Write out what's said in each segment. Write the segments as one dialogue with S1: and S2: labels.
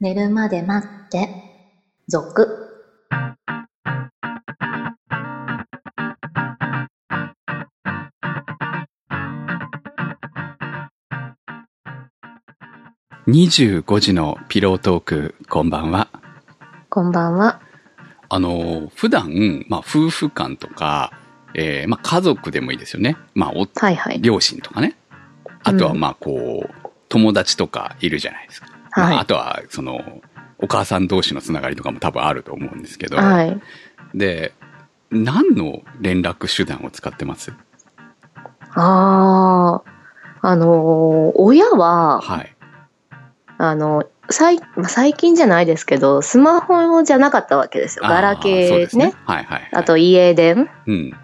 S1: 寝るまで待って、続。
S2: 25時のピロートーク、こんばんは。
S1: こんばんは。
S2: あの、普段、まあ、夫婦間とか、えーまあ、家族でもいいですよね。まあ、お、
S1: はいはい。
S2: 両親とかね。あとは、
S1: うん
S2: まあ、こう、友達とかいるじゃないですか。まあ、あ
S1: は
S2: とは、その、お母さん同士のつながりとかも多分あると思うんですけ
S1: い。
S2: ど。
S1: はい。
S2: で、何の連絡手段を使ってます
S1: ああ、あのー親は、
S2: はい。
S1: あの、最まあ最近じゃないですけど、スマホじゃなかったわけですよ。ガラ
S2: あーそう
S1: ケ
S2: で
S1: ー
S2: すね
S1: ね。。
S2: はいはい、はい。
S1: あ、と家電
S2: うん。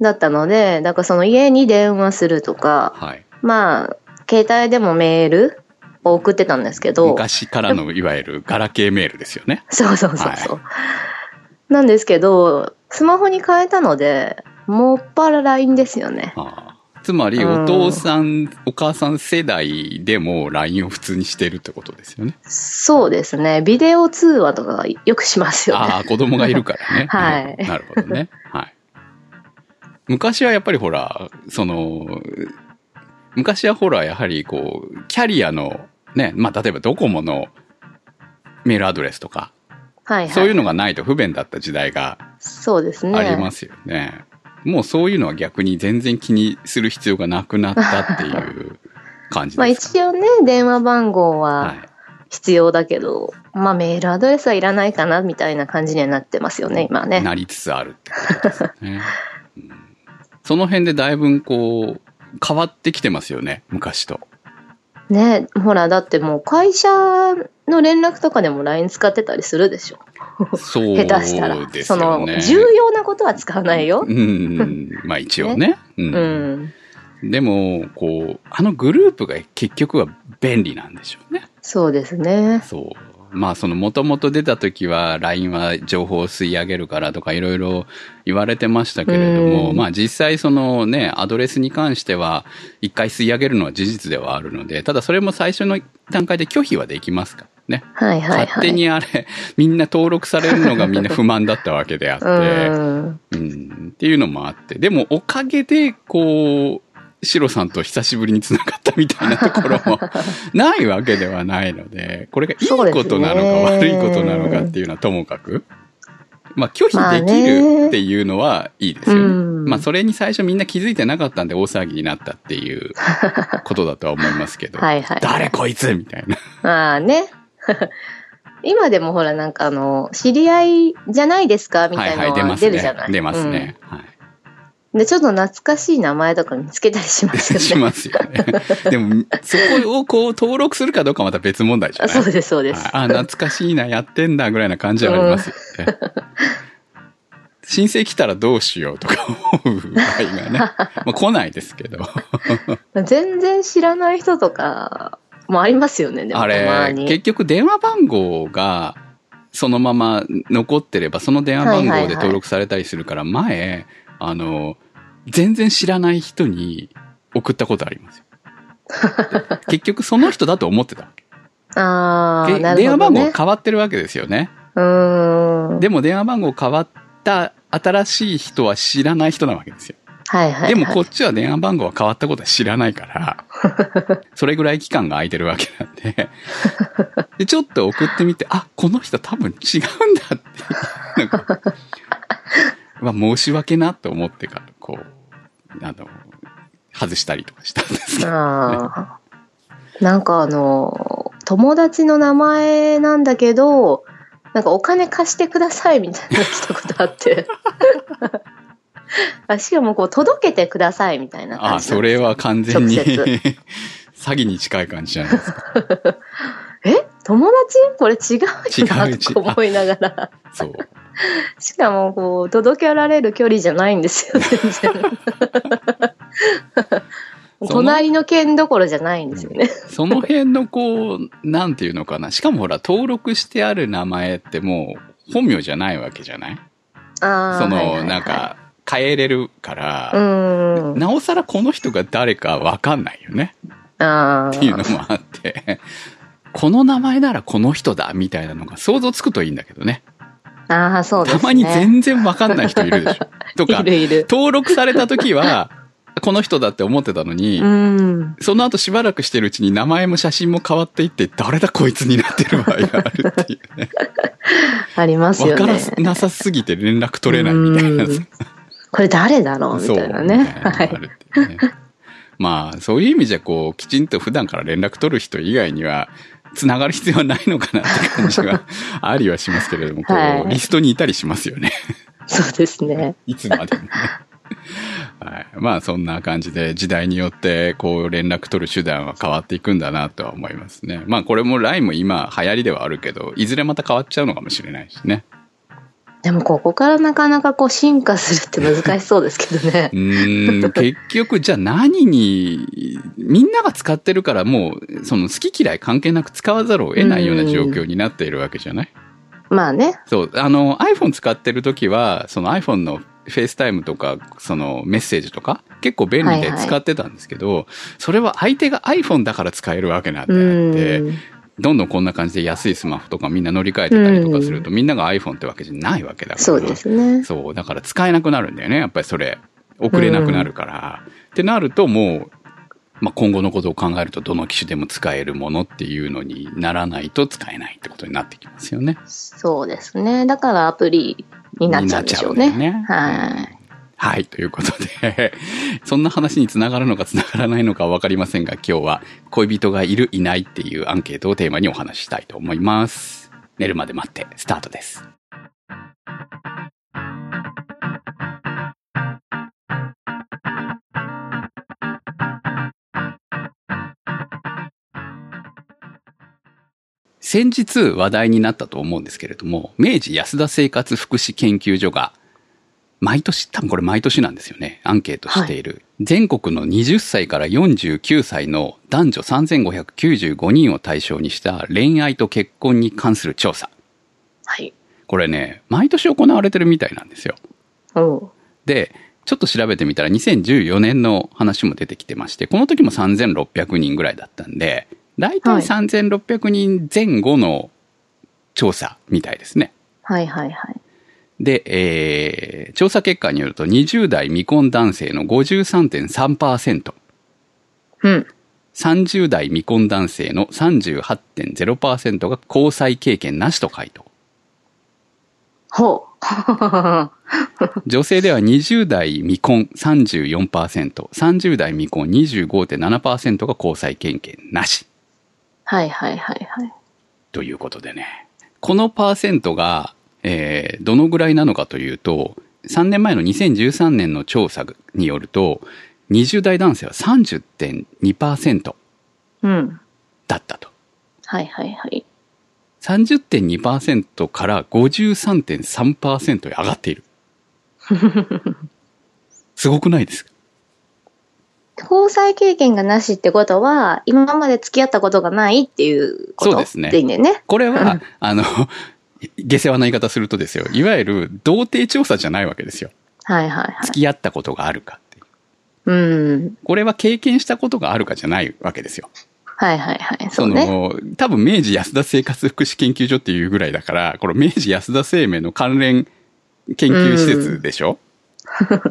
S1: だったので、だからその家に電話するとか、
S2: はい。
S1: まあ、携帯でもメールを送ってたんですけど、
S2: 昔からのいわゆるガラケーメールですよね。
S1: そうそうそうそう。なんですけど、スマホに変えたので、もっぱら LINE ですよね。
S2: ああつまり、
S1: うん
S2: お父さん、お母さん世代でも LINE を普通にしてるってことですよね。
S1: そうですね。ビデオ通話とかよくしますよね。
S2: ああ、子供がいるからね。
S1: はい
S2: うんなるほどね。はい。昔はやっぱりほら、その、昔はほら、やはりこう、キャリアの、ね、まあ、例えばドコモのメールアドレスとか、
S1: はいはい。
S2: そういうのがないと不便だった時代が
S1: そうですね。
S2: ありますよね。もうそういうのは逆に全然気にする必要がなくなったっていう感じ
S1: まあ
S2: ですか。
S1: 一応ね、電話番号
S2: は。
S1: はい必要だけど、まあメールアドレスはいらないかなみたいな感じにはなってますよね、今はね。
S2: なりつつあるってことですね。うんその辺でだいぶこう、変わってきてますよね、昔と。
S1: ね、ほら、だってもう会社の連絡とかでも LINE 使ってたりするでしょ。
S2: そう
S1: 下
S2: で
S1: 手
S2: す
S1: したら。
S2: よね。
S1: その、重要なことは使わないよ。
S2: うん。まあ一応ね。うん
S1: うん。
S2: でも、こう、あのグループが結局は便利なんでしょうね。
S1: そうですね。
S2: そう。まあ、その、もともと出た時は、LINE は情報を吸い上げるからとか、いろいろ言われてましたけれども、
S1: うん
S2: まあ、実際、そのね、アドレスに関しては、一回吸い上げるのは事実ではあるので、ただ、それも最初の段階で拒否はできますからね。
S1: はいはいはい。
S2: 勝手にあれ、みんな登録されるのがみんな不満だったわけであって、
S1: うん。
S2: うんっていうのもあって、でもおかげで、こう、シロさんと久しぶりに繋がったみたいなところ もないわけではないので、これがい
S1: そう
S2: い
S1: ですね
S2: ことなのか悪いことなのかっていうのはともかく、まあ拒
S1: まあ
S2: 否でき
S1: ね
S2: るっていうのはいいですよね。
S1: うん
S2: まあそれに最初みんな気づいてなかったんで大騒ぎになったっていうことだとは思いますけど、
S1: はいはい。
S2: 誰こいつみたいな。
S1: まあね。 今でもほら、なんかあの、知り合いじゃないですかみたいなの
S2: 出
S1: は
S2: ます
S1: 出るじゃ
S2: ね
S1: ない。
S2: 出ますね。はい。
S1: うん。で、ちょっと懐かしい名前とか見つけたりしますよ
S2: し
S1: ね。
S2: ますよ ね。でも、そこをこう登録するかどうかまた別問題じゃ
S1: あ
S2: ない
S1: そうです、そうです
S2: はい。あ、懐かしいな、やってんだ、ぐらいな感じはありますよね。申請来たらどうしようとか思う場合がね。まあ来ないですけど。
S1: 全然知らない人とかもありますよね、でも
S2: あ
S1: たま
S2: れ、
S1: に。
S2: 結局電話番号がそのまま残ってれば、その電話番
S1: はいは
S2: 号
S1: いは
S2: で
S1: い
S2: 登録されたりするから、前、あの、全然知らない人に送ったことあり ますよ。結局その人だと思ってたわけ。
S1: ああ、
S2: で
S1: なる
S2: 電話
S1: ほど
S2: 番号
S1: ね。
S2: 変わってるわけですよね。
S1: うーん。
S2: でも電話番号変わった新しい人は知らない人なわけですよ。
S1: はいはいはい。
S2: でもこっちは電話番号は変わったことは知らない から、それぐらい期間が空いてるわけなんで、でちょっと送ってみて、あ、この人多分違うんだっていうの が、まあ申し訳なと思ってから、こう、あの、外したりとかしたんです けど。
S1: ああ。なんかあの、友達の名前なんだけど、なんかお金貸してくださいみたいなの来たこと あって。あしかもこう、届けてくださいみたいな
S2: あ
S1: 感
S2: あ、
S1: じ。
S2: それは完全に
S1: 直接
S2: 詐欺に近い感じじゃないですか。
S1: え友達これ違うよ
S2: 違う違
S1: な
S2: う
S1: とか思いなが ら。
S2: そう。
S1: しかもこう、届けられる距離じゃないんですよ、全然。隣の県どころじゃないんですよね。
S2: その辺のこう、なんていうのかな。しかもほら、登録してある名前ってもう本名じゃないわけじゃない
S1: ああ。
S2: そ
S1: はいはいは
S2: の、
S1: い
S2: なん、か、変えれるか
S1: う
S2: ら、
S1: ん。
S2: なおさらこの人が誰かわかんないよね。
S1: ああ。
S2: っていうのもあって、この名前ならこの人だみたいなのが想像つくといいんだけどね。
S1: ああ、そうです
S2: た
S1: ね。
S2: まに全然わかんない人いるでしょ。とか
S1: い、るいる。
S2: 登録された時は、この人だって思ってたのに、
S1: うん。
S2: その後しばらくしてるうちに名前も写真も変わっていって、誰だこいつになってる場合があるっていうね。
S1: あります
S2: わ
S1: よ
S2: か
S1: ね
S2: ら。なさすぎて連絡取れないみたいな
S1: うんこれ誰だろうみ
S2: そう
S1: たいなね。
S2: みた
S1: はい
S2: なのがあ
S1: い。
S2: るっていうねまあ、そういう意味じゃ、こう、きちんと普段から連絡取る人以外には、つながる必要はないのかなって感じはありはしますけれども、こ
S1: は
S2: う、
S1: い
S2: リストにいたりしますよね。
S1: そうですね。
S2: いつまでもね。はい、まあそんな感じで時代によってこう連絡取る手段は変わっていくんだなとは思いますね。まあこれも LINE も今流行りではあるけど、いずれまた変わっちゃうのかもしれないしね。
S1: でもここからなかなかこう進化するって難しそうですけどね
S2: う。ーん、結局じゃあ何に、みんなが使ってるからもうその好き嫌い関係なく使わざるを得ないような状況になっているわけじゃない
S1: まあね。
S2: そう、あの iPhone 使ってる時は、その iPhone のフェイスタイムとか、そのメッセージとか、結構便利で使ってたんですけど、それは相手が iPhone だから使えるわけなんで
S1: う
S2: あって、
S1: ん。
S2: どんどんこんな感じで安いスマホとかみんな乗り換えてたりとかすると、みんなが iPhone ってわけじゃないわけだから。
S1: そうですね。
S2: そう、だから使えなくなるんだよね、やっぱりそれ。送れなくなるから。ってなるともう、まあ、今後のことを考えるとどの機種でも使えるものっていうのにならないと使えないってことになってきますよね。
S1: そうですね。だからアプリになっちゃうんでしょうね。
S2: になっちゃうんだよ
S1: はい。
S2: ねはい。ということで、 そんな話につながるのかつながらないのかはわかりませんが、今日は恋人がいるいないっていうアンケートをテーマにお話ししたいと思います。寝るまで待って、スタートです。先日話題になったと思うんですけれども、明治安田生活福祉研究所が、毎年、多分これ毎年なんですよね、アンケートしている。全国の20歳から49歳の男女3595人を対象にした恋愛と結婚に関する調査。
S1: はい。
S2: これね、毎年行われてるみたいなんですよ。
S1: おう
S2: で、ちょっと調べてみたら2014年の話も出てきてまして、この時も3600人ぐらいだったんで、大体
S1: はい
S2: 3600人前後の調査みたいですね。
S1: はいはいはい。
S2: で、えー調査結果によると20代未婚男性の53.3%、
S1: うん。
S2: 30代未婚男性の38.0%が交際経験なしと回答。
S1: ほ う。
S2: 女性では20代未婚34%、30代未婚25.7%が交際経験なし
S1: はいはいはいはい。
S2: ということでね。このパーセントが、えーどのぐらいなのかというと、3年前の2013年の調査によると、20代男性は30.2%
S1: うん。
S2: だったと。
S1: はいはいはい。
S2: 30.2%から53.3%へ上がっている。すごくないですか
S1: 交際経験がなしってことは、今まで付き合ったことがないっていうこと
S2: そうですね
S1: いいんだよね。
S2: これ
S1: う
S2: は、あの、下世話な言い方するとですよ。いわゆる、童貞調査じゃないわけですよ。
S1: はいはいはい。
S2: 付き合ったことがあるかっていう。
S1: うん。
S2: これは経験したことがあるかじゃないわけですよ。
S1: はいはいはい。そうね。
S2: の、多分明治安田生活福祉研究所っていうぐらいだから、この明治安田生命の関連研究施設でしょ、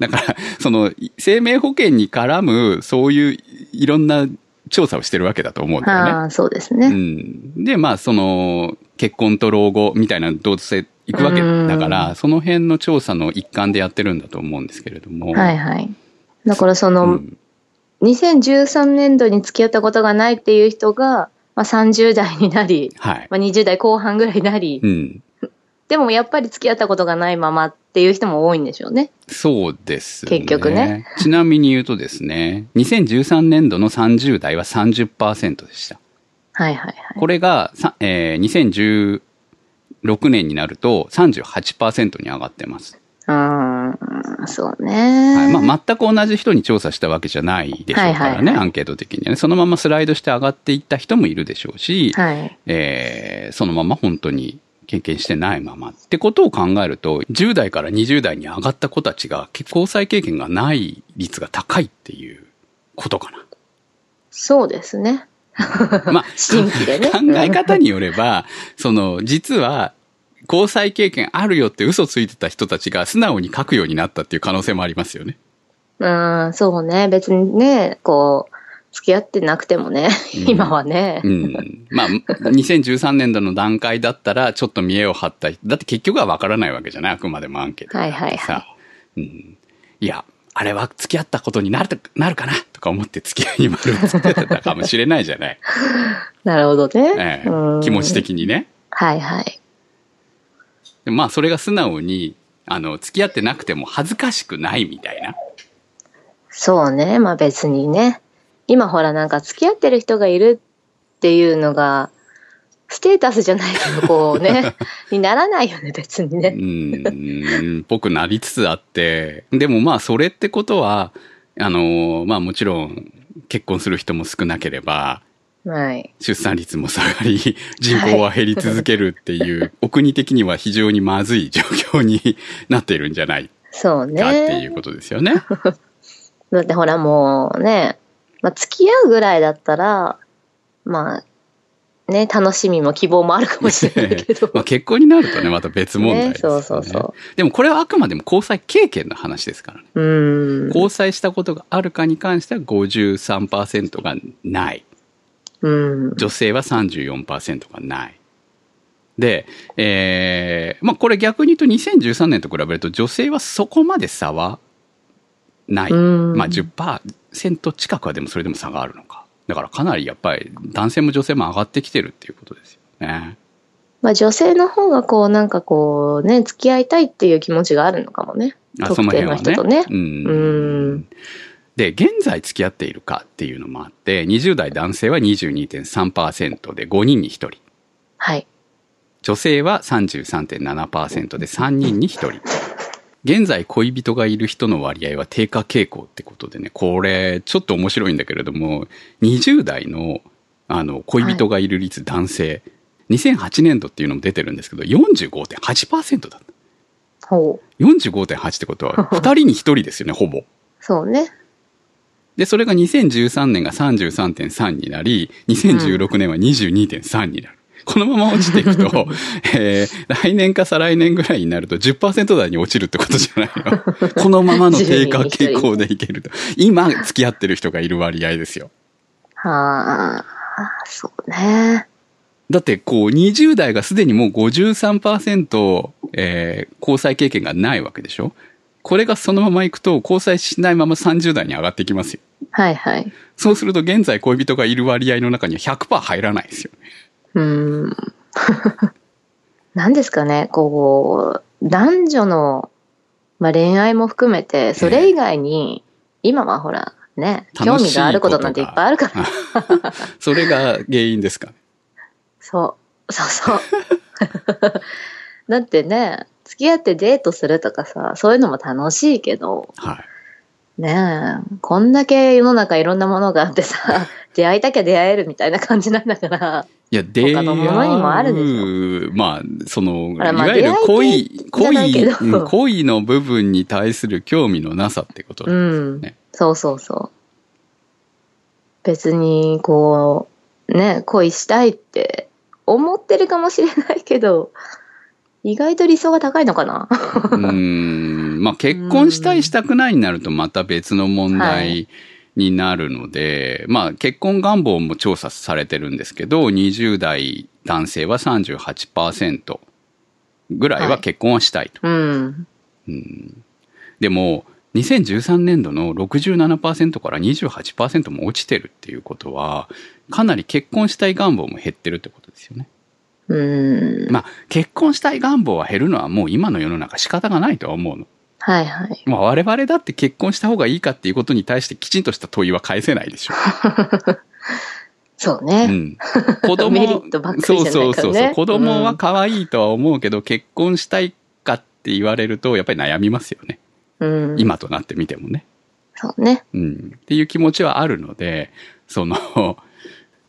S2: だから、その、生命保険に絡む、そういういろんな調査をしてるわけだと思うんだよね。
S1: ああ、そうです
S2: う
S1: ね。
S2: ん、でまあその結婚と老後みたいなのどうせ行くわけだから、その辺の調査の一環でやってるんだと思うんですけれども、
S1: はいはい。だからそうの、
S2: ん
S1: 2013年度に付き合ったことがないっていう人が、まあ、30代になり、
S2: はい、
S1: まあ、20代後半ぐらいになり、
S2: うん、
S1: でもやっぱり付き合ったことがないままっていう人も多いんでしょうね。
S2: そうですね
S1: 結局ね
S2: ちなみに言うとですね2013年度の30代は30%でした
S1: はいはいはい。
S2: これが、さえー2016年になると38%に上がってます、
S1: うーん、そうね。
S2: はいまあ、全く同じ人に調査したわけじゃないでしょうからね、
S1: はいはいはい
S2: アンケート的にはね。そのままスライドして上がっていった人もいるでしょうし、
S1: はい。
S2: えーそのまま本当に経験してないままってことを考えると、10代から20代に上がった子たちが結交際経験 がない率が高いっていうことかな。
S1: そうですね。
S2: まあ、
S1: 新規でね
S2: 考え方によれば、その、実は、交際経験あるよって嘘ついてた人たちが素直に書くようになったっていう可能性もありますよね。
S1: うん、そうね。別にね、こう、付き合ってなくてもね、
S2: うん
S1: 今はね
S2: う。ん。まあ、2013年度の段階だったら、ちょっと見栄を張った人。だって結局はわからないわけじゃないあくまでもアンケート。
S1: はいはいはい
S2: さ。うん。いや、あれは付き合ったことになると、なるかなとか思って付き合いに丸をつけてたかもしれないじゃ ない。
S1: なるほどね
S2: え。え
S1: うん
S2: 気持ち。的にね。
S1: はいはい。
S2: でまあ、それが素直に、あの、付き合ってなくても恥ずかしくないみたいな。
S1: そうね。まあ別にね。今ほらなんか付き合ってる人がいるっていうのが、ステータスじゃないけど、こ うね、にならないよね、別に
S2: う
S1: ね。
S2: ーん、僕なりつつあって。でもまあ、それってことは、あの、まあもちろん、結婚する人も少なければ、
S1: はい。
S2: 出産率も下がり、人口は減り続けるっていう、お国的には非常にまずい状況になっているんじゃない
S1: そうね。
S2: かっていうことですよ ね。
S1: だってほらもうね、まあ、付き合うぐらいだったら、まあ、ね、楽しみも希望もあるかもしれないけ ど。
S2: まあ結婚になるとね、また別問題
S1: ね
S2: で、すよ
S1: そ
S2: ね
S1: うそうそ
S2: でもこれはあくまでも交際経験の話ですからね。
S1: う。うん。
S2: 交際したことがあるかに関しては53%がない。
S1: うん。
S2: 女性は34%がない。で、えー、まあこれ逆に言うと2013年と比べると女性はそこまで差はない。
S1: うん
S2: まあ10%近くはでもそれでも差があるのか。だからかなりやっぱり男性も女性も上がってきてるっていうことですよね。
S1: まあ女性の方がこうなんかこうね、付き合いたいっていう気持ちがあるのかもね。
S2: あそ
S1: 特
S2: の
S1: 定
S2: 辺は
S1: の
S2: ね
S1: 人とね。
S2: うん
S1: うん
S2: で、現在付き合っているかっていうのもあって、20代男性は22.3%で5人に1人。
S1: はい。
S2: 女性は33.7%で3人に1人。現在恋人がいる人の割合は低下傾向ってことでね、これちょっと面白いんだけれども、20代のあの恋人がいる率、男性、2008年度っていうのも出てるんですけど、45.8%だった。
S1: ほう。
S2: 45.8ってことは、2人に1人ですよね、ほぼ。
S1: そうね。
S2: で、それが2013年が33.3になり、2016年は22.3になる。このまま落ちていくと、えー来年か再来年ぐらいになると10%台に落ちるってことじゃないの。このままの低下傾向でいけると。今付き合ってる人がいる割合ですよ。
S1: はあ、そうね。
S2: だってこう20代がすでにもう53%、えー交際経験がないわけでしょこれがそのままいくと交際しないまま30代に上がってきますよ。
S1: はいはい。
S2: そうすると現在恋人がいる割合の中には100%入らないですよね。
S1: うーん。何ですかね、こう、男女の、まあ、恋愛も含めて、それ以外に、今はほら、ね、興
S2: 楽しい
S1: 味があることなんていっぱいあるから。
S2: それが原因ですかね。
S1: そう、そうそう。だってね、付き合ってデートするとかさ、そういうのも楽しいけど、
S2: はい。
S1: ねえ、こんだけ世の中いろんなものがあってさ、出会いたきゃ出会えるみたいな感じなんだから、
S2: いや、出
S1: 他のものにもあるでし
S2: 会う、まあ、その、い
S1: あらまあ
S2: わゆる恋、
S1: 出会い系
S2: 恋
S1: じゃないけ、ど
S2: うん恋の部分に対する興味のなさってこと
S1: う
S2: で
S1: ん
S2: ね。
S1: そうそうそう。別に、こう、ね、恋したいって思ってるかもしれないけど、意外と理想が高いのかな
S2: うーん、まあ結婚したいしたくないになるとまた別の問
S1: は
S2: 題
S1: い
S2: になるので、まあ結婚願望も調査されてるんですけど、20代男性は38%ぐらいは結婚はしたいと。
S1: うん。
S2: でも、2013年度の67%から28%も落ちてるっていうことは、かなり結婚したい願望も減ってるってことですよね。
S1: うん。
S2: まあ、結婚したい願望は減るのはもう今の世の中仕方がないとは思うの。
S1: はいはい。
S2: まあ、我々だって結婚した方がいいかっていうことに対してきちんとした問いは返せないでしょ
S1: そう
S2: う
S1: ね。
S2: ん。子
S1: メリットばっかりじゃ
S2: そう
S1: ないからね
S2: そうそうそう。子供
S1: う
S2: は
S1: ん
S2: 可愛いとは思うけど、結婚したいかって言われると、やっぱり悩みますよね。
S1: うん。
S2: 今となってみてもね。
S1: そうね。
S2: うん、っていう気持ちはあるので、その、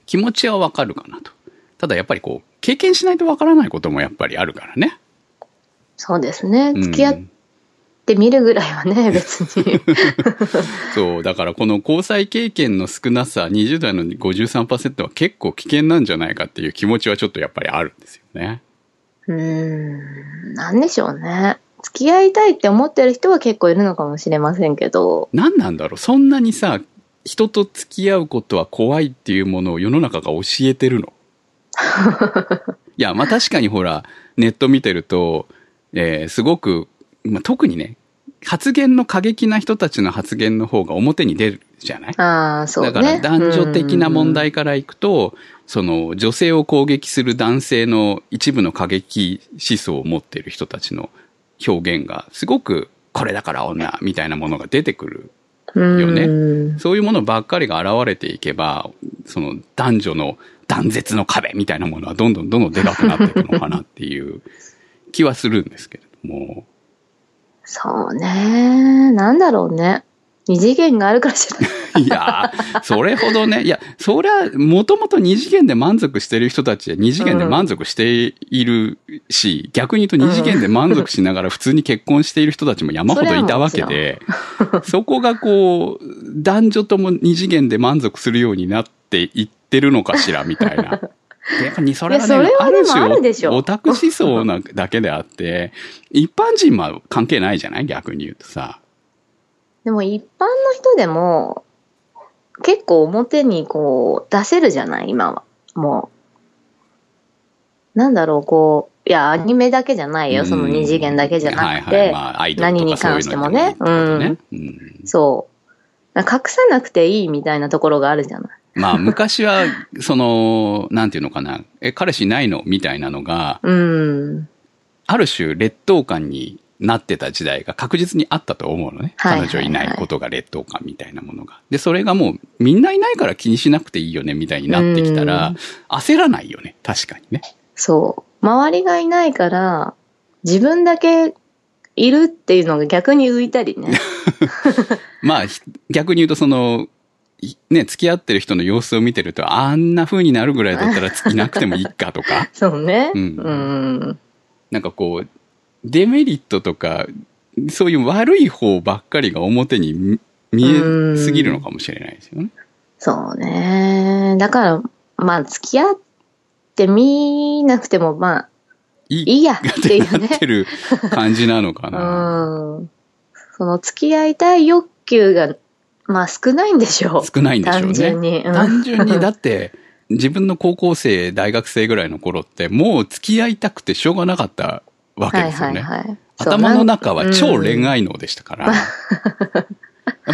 S2: 気持ちはわかるかなと。ただやっぱりこう、経験しないとわからないこともやっぱりあるからね。
S1: そうですね。
S2: うん
S1: 付き合っってみるぐらい はね、別に。
S2: そう、だからこの交際経験の少なさ、20代の53%は結構危険なんじゃないかっていう気持ちはちょっとやっぱりあるんですよね。
S1: うーん、なんでしょうね。付き合いたいって思ってる人は結構いるのかもしれませんけど、
S2: 何なんだろうそんなにさ、人と付き合うことは怖いっていうものを世の中が教えて るのいや、まあ確かにほら、ネット見てると、えーすごく、まあ、特にね、発言の過激な人たちの発言の方が表に出るじゃない
S1: ああ、そうね。
S2: だから男女的な問題からいくと、その女性を攻撃する男性の一部の過激思想を持っている人たちの表現がすごくこれだから女みたいなものが出てくる。
S1: うん
S2: よね
S1: うん
S2: そういうものばっかりが現れていけば、その男女の断絶の壁みたいなものはどんどんどんどんでかくなっていくのかなっていう気はするんですけれども。
S1: そうね。なんだろうね。二次元があるからじゃ ない。
S2: いやー、それほどね、いや、そりゃ、もともと二次元で満足してる人たちは二次元で満足しているし、逆に言うと二次元で満足しながら普通に結婚している人たちも山ほどいたわけで、そこがこう、男女とも二次元で満足するようになっていってるのかしら、みたいな。 やっぱりそれはね、
S1: いやそれはでも
S2: あ
S1: ある
S2: る
S1: で
S2: 種
S1: しょ
S2: オタク思想なだけであって、一般人は関係ないじゃない逆に言うとさ。
S1: でも一般の人でも、結構表にこう出せるじゃない今は。もう。なんだろう、こう。いや、アニメだけじゃないよ。その二次元だけじゃなくて。
S2: はいはいまあアイドルとか
S1: 何に関してもね
S2: そういうのにってことねうん
S1: そう。隠さなくていいみたいなところがあるじゃない。
S2: まあ、昔は、その、なんていうのかな、え、彼氏ないのみたいなのが、
S1: うん。
S2: ある種劣等感になってた時代が確実にあったと思うのね。
S1: はいはい
S2: 彼女いないことが劣等感みたいなものが。で、それがもう、みんないないから気にしなくていいよね、みたいになってきた
S1: う
S2: ら
S1: ん、
S2: 焦らないよね。確かにね。
S1: そう。周りがいないから、自分だけいるっていうのが逆に浮いたり ね。
S2: まあ、ひ逆に言うとその、いね、付き合ってる人の様子を見てると、あんな風になるぐらいだったらついなくてもいいかとか。
S1: そうね。
S2: う
S1: うんん。
S2: なんかこう、デメリットとか、そういう悪い方ばっかりが表に見見えすぎるのかもしれないですよね。
S1: そうね。だから、まあ、付き合ってみなくても、まあ、
S2: いい
S1: いいやっていう
S2: なっ
S1: ね
S2: て。る感じなのか
S1: う
S2: な。
S1: ん。その付き合いたい欲求が、まあ少ないんで しょう。
S2: 少ないんでしょう
S1: 単純
S2: ね。
S1: に。うん
S2: 単純 に、だって、自分の高校生、大学生ぐらいの頃って、もう付き合いたくてしょうがなかったわけ
S1: はい
S2: ですよね。
S1: はいはい。
S2: 頭の中は超恋
S1: 愛。
S2: 愛脳でしたから、やっぱ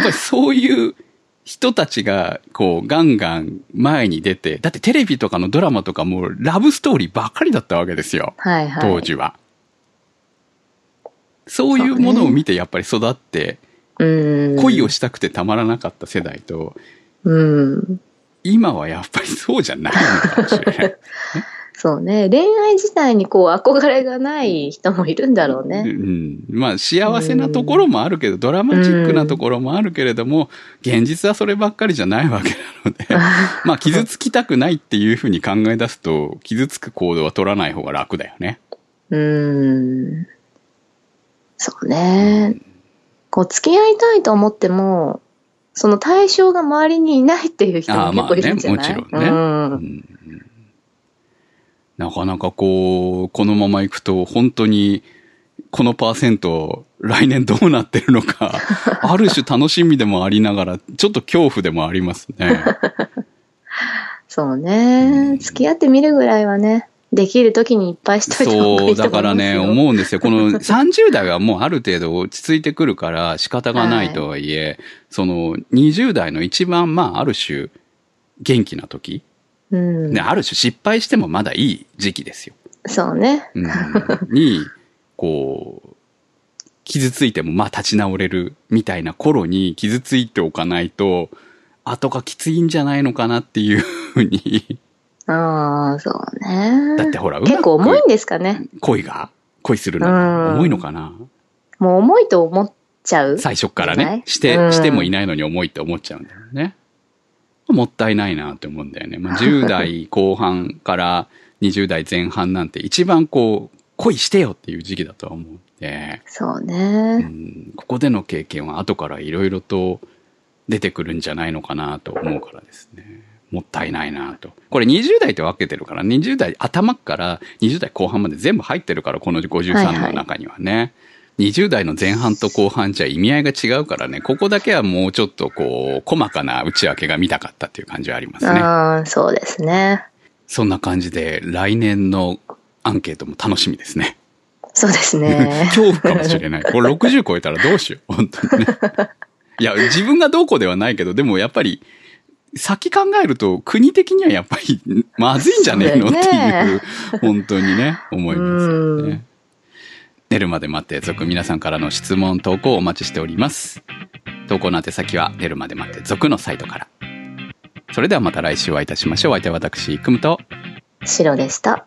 S2: りそういう人たちがこうガンガン前に出て、だってテレビとかのドラマとかもうラブストーリーばっかりだったわけですよ、
S1: はいはい。
S2: 当時は。そういうものを見てやっぱり育って、
S1: うん。
S2: 恋をしたくてたまらなかった世代と、
S1: うん。
S2: 今はやっぱりそうじゃないのかもしれない。
S1: そうね。恋愛自体にこう憧れがない人もいるんだろう
S2: う
S1: ね。
S2: ん、まあ幸せなところもあるけど、ドラマチックなところもあるけれども、現実はそればっかりじゃないわけなの で、まあ傷つきたくないっていうふうに考え出すと、傷つく行動は取らない方が楽だよね。
S1: うん。そうね。こう、付き合いたいと思っても、その対象が周りにいないっていう人
S2: あ
S1: も
S2: あま
S1: 結
S2: あ
S1: 構い
S2: ね、
S1: るん
S2: も
S1: じ
S2: ち
S1: ゃ
S2: ろん
S1: ない、
S2: ね。うんなかなかこう、このままいくと、本当に、このパーセント、来年どうなってるの か、ある種楽しみでもありながら、ちょっと恐怖でもありますね。
S1: そう
S2: うん
S1: ね。付き合ってみるぐらいはね、できる時にいっぱいしといた方が
S2: そう、
S1: いいと思いますよ
S2: だからね、思うんですよ。この30代はもうある程度落ち着いてくるから仕方がないとはいえ、その20代の一番、まあある種元気な時、
S1: うん
S2: ね、。ある種失敗してもまだいい時期ですよ。
S1: そうね。
S2: うんに、こう、傷ついてもまあ立ち直れるみたいな頃に傷ついておかないと、後がきついんじゃないのかなっていうふうに。
S1: ああ、そうね。
S2: だってほら、うま
S1: 結構重い
S2: く
S1: んですかね。
S2: 恋が、恋するのが
S1: うん
S2: 重いのかな。
S1: もう重いと思っちゃう。
S2: 最初から
S1: じゃな
S2: ね
S1: い、
S2: して
S1: う、ん
S2: してもいないのに重いって思っちゃうんだよね。もったいないなって思うんだよね。まあ、10代後半から20代前半なんて一番こう、恋してよっていう時期だとは思うんて、
S1: そう
S2: う
S1: ね。
S2: ん、ここでの経験は後からいろいろと出てくるんじゃないのかなと思うからですね。もったいないなと。これ20代と分けてるから、20代頭から20代後半まで全部入ってるから、この
S1: はい
S2: 53
S1: は
S2: の
S1: い
S2: 中にはね。20代の前半と後半じゃ意味合いが違うからね、ここだけはもうちょっとこう、細かな内訳が見たかったっていう感じはありますね。
S1: ああ、そうですね。
S2: そんな感じで、来年のアンケートも楽しみですね。。
S1: そうですね
S2: 恐怖かもしれない。これ60超えたらどうしよう。本 当にね。いや、自分がどうこうではないけど、でもやっぱり、先考えると国的にはやっぱりまずいんじゃねえのっ
S1: そう
S2: て
S1: だ
S2: い
S1: よ
S2: う、本当にね、思いますよ
S1: う
S2: ね
S1: ん。
S2: 寝るまで待って続皆さんからの質問、投稿をお待ちしております。投稿の宛先は寝るまで待って続のサイトから。それではまた来週お会いいたしましょう。お相手は私、くむと。
S1: 白でした。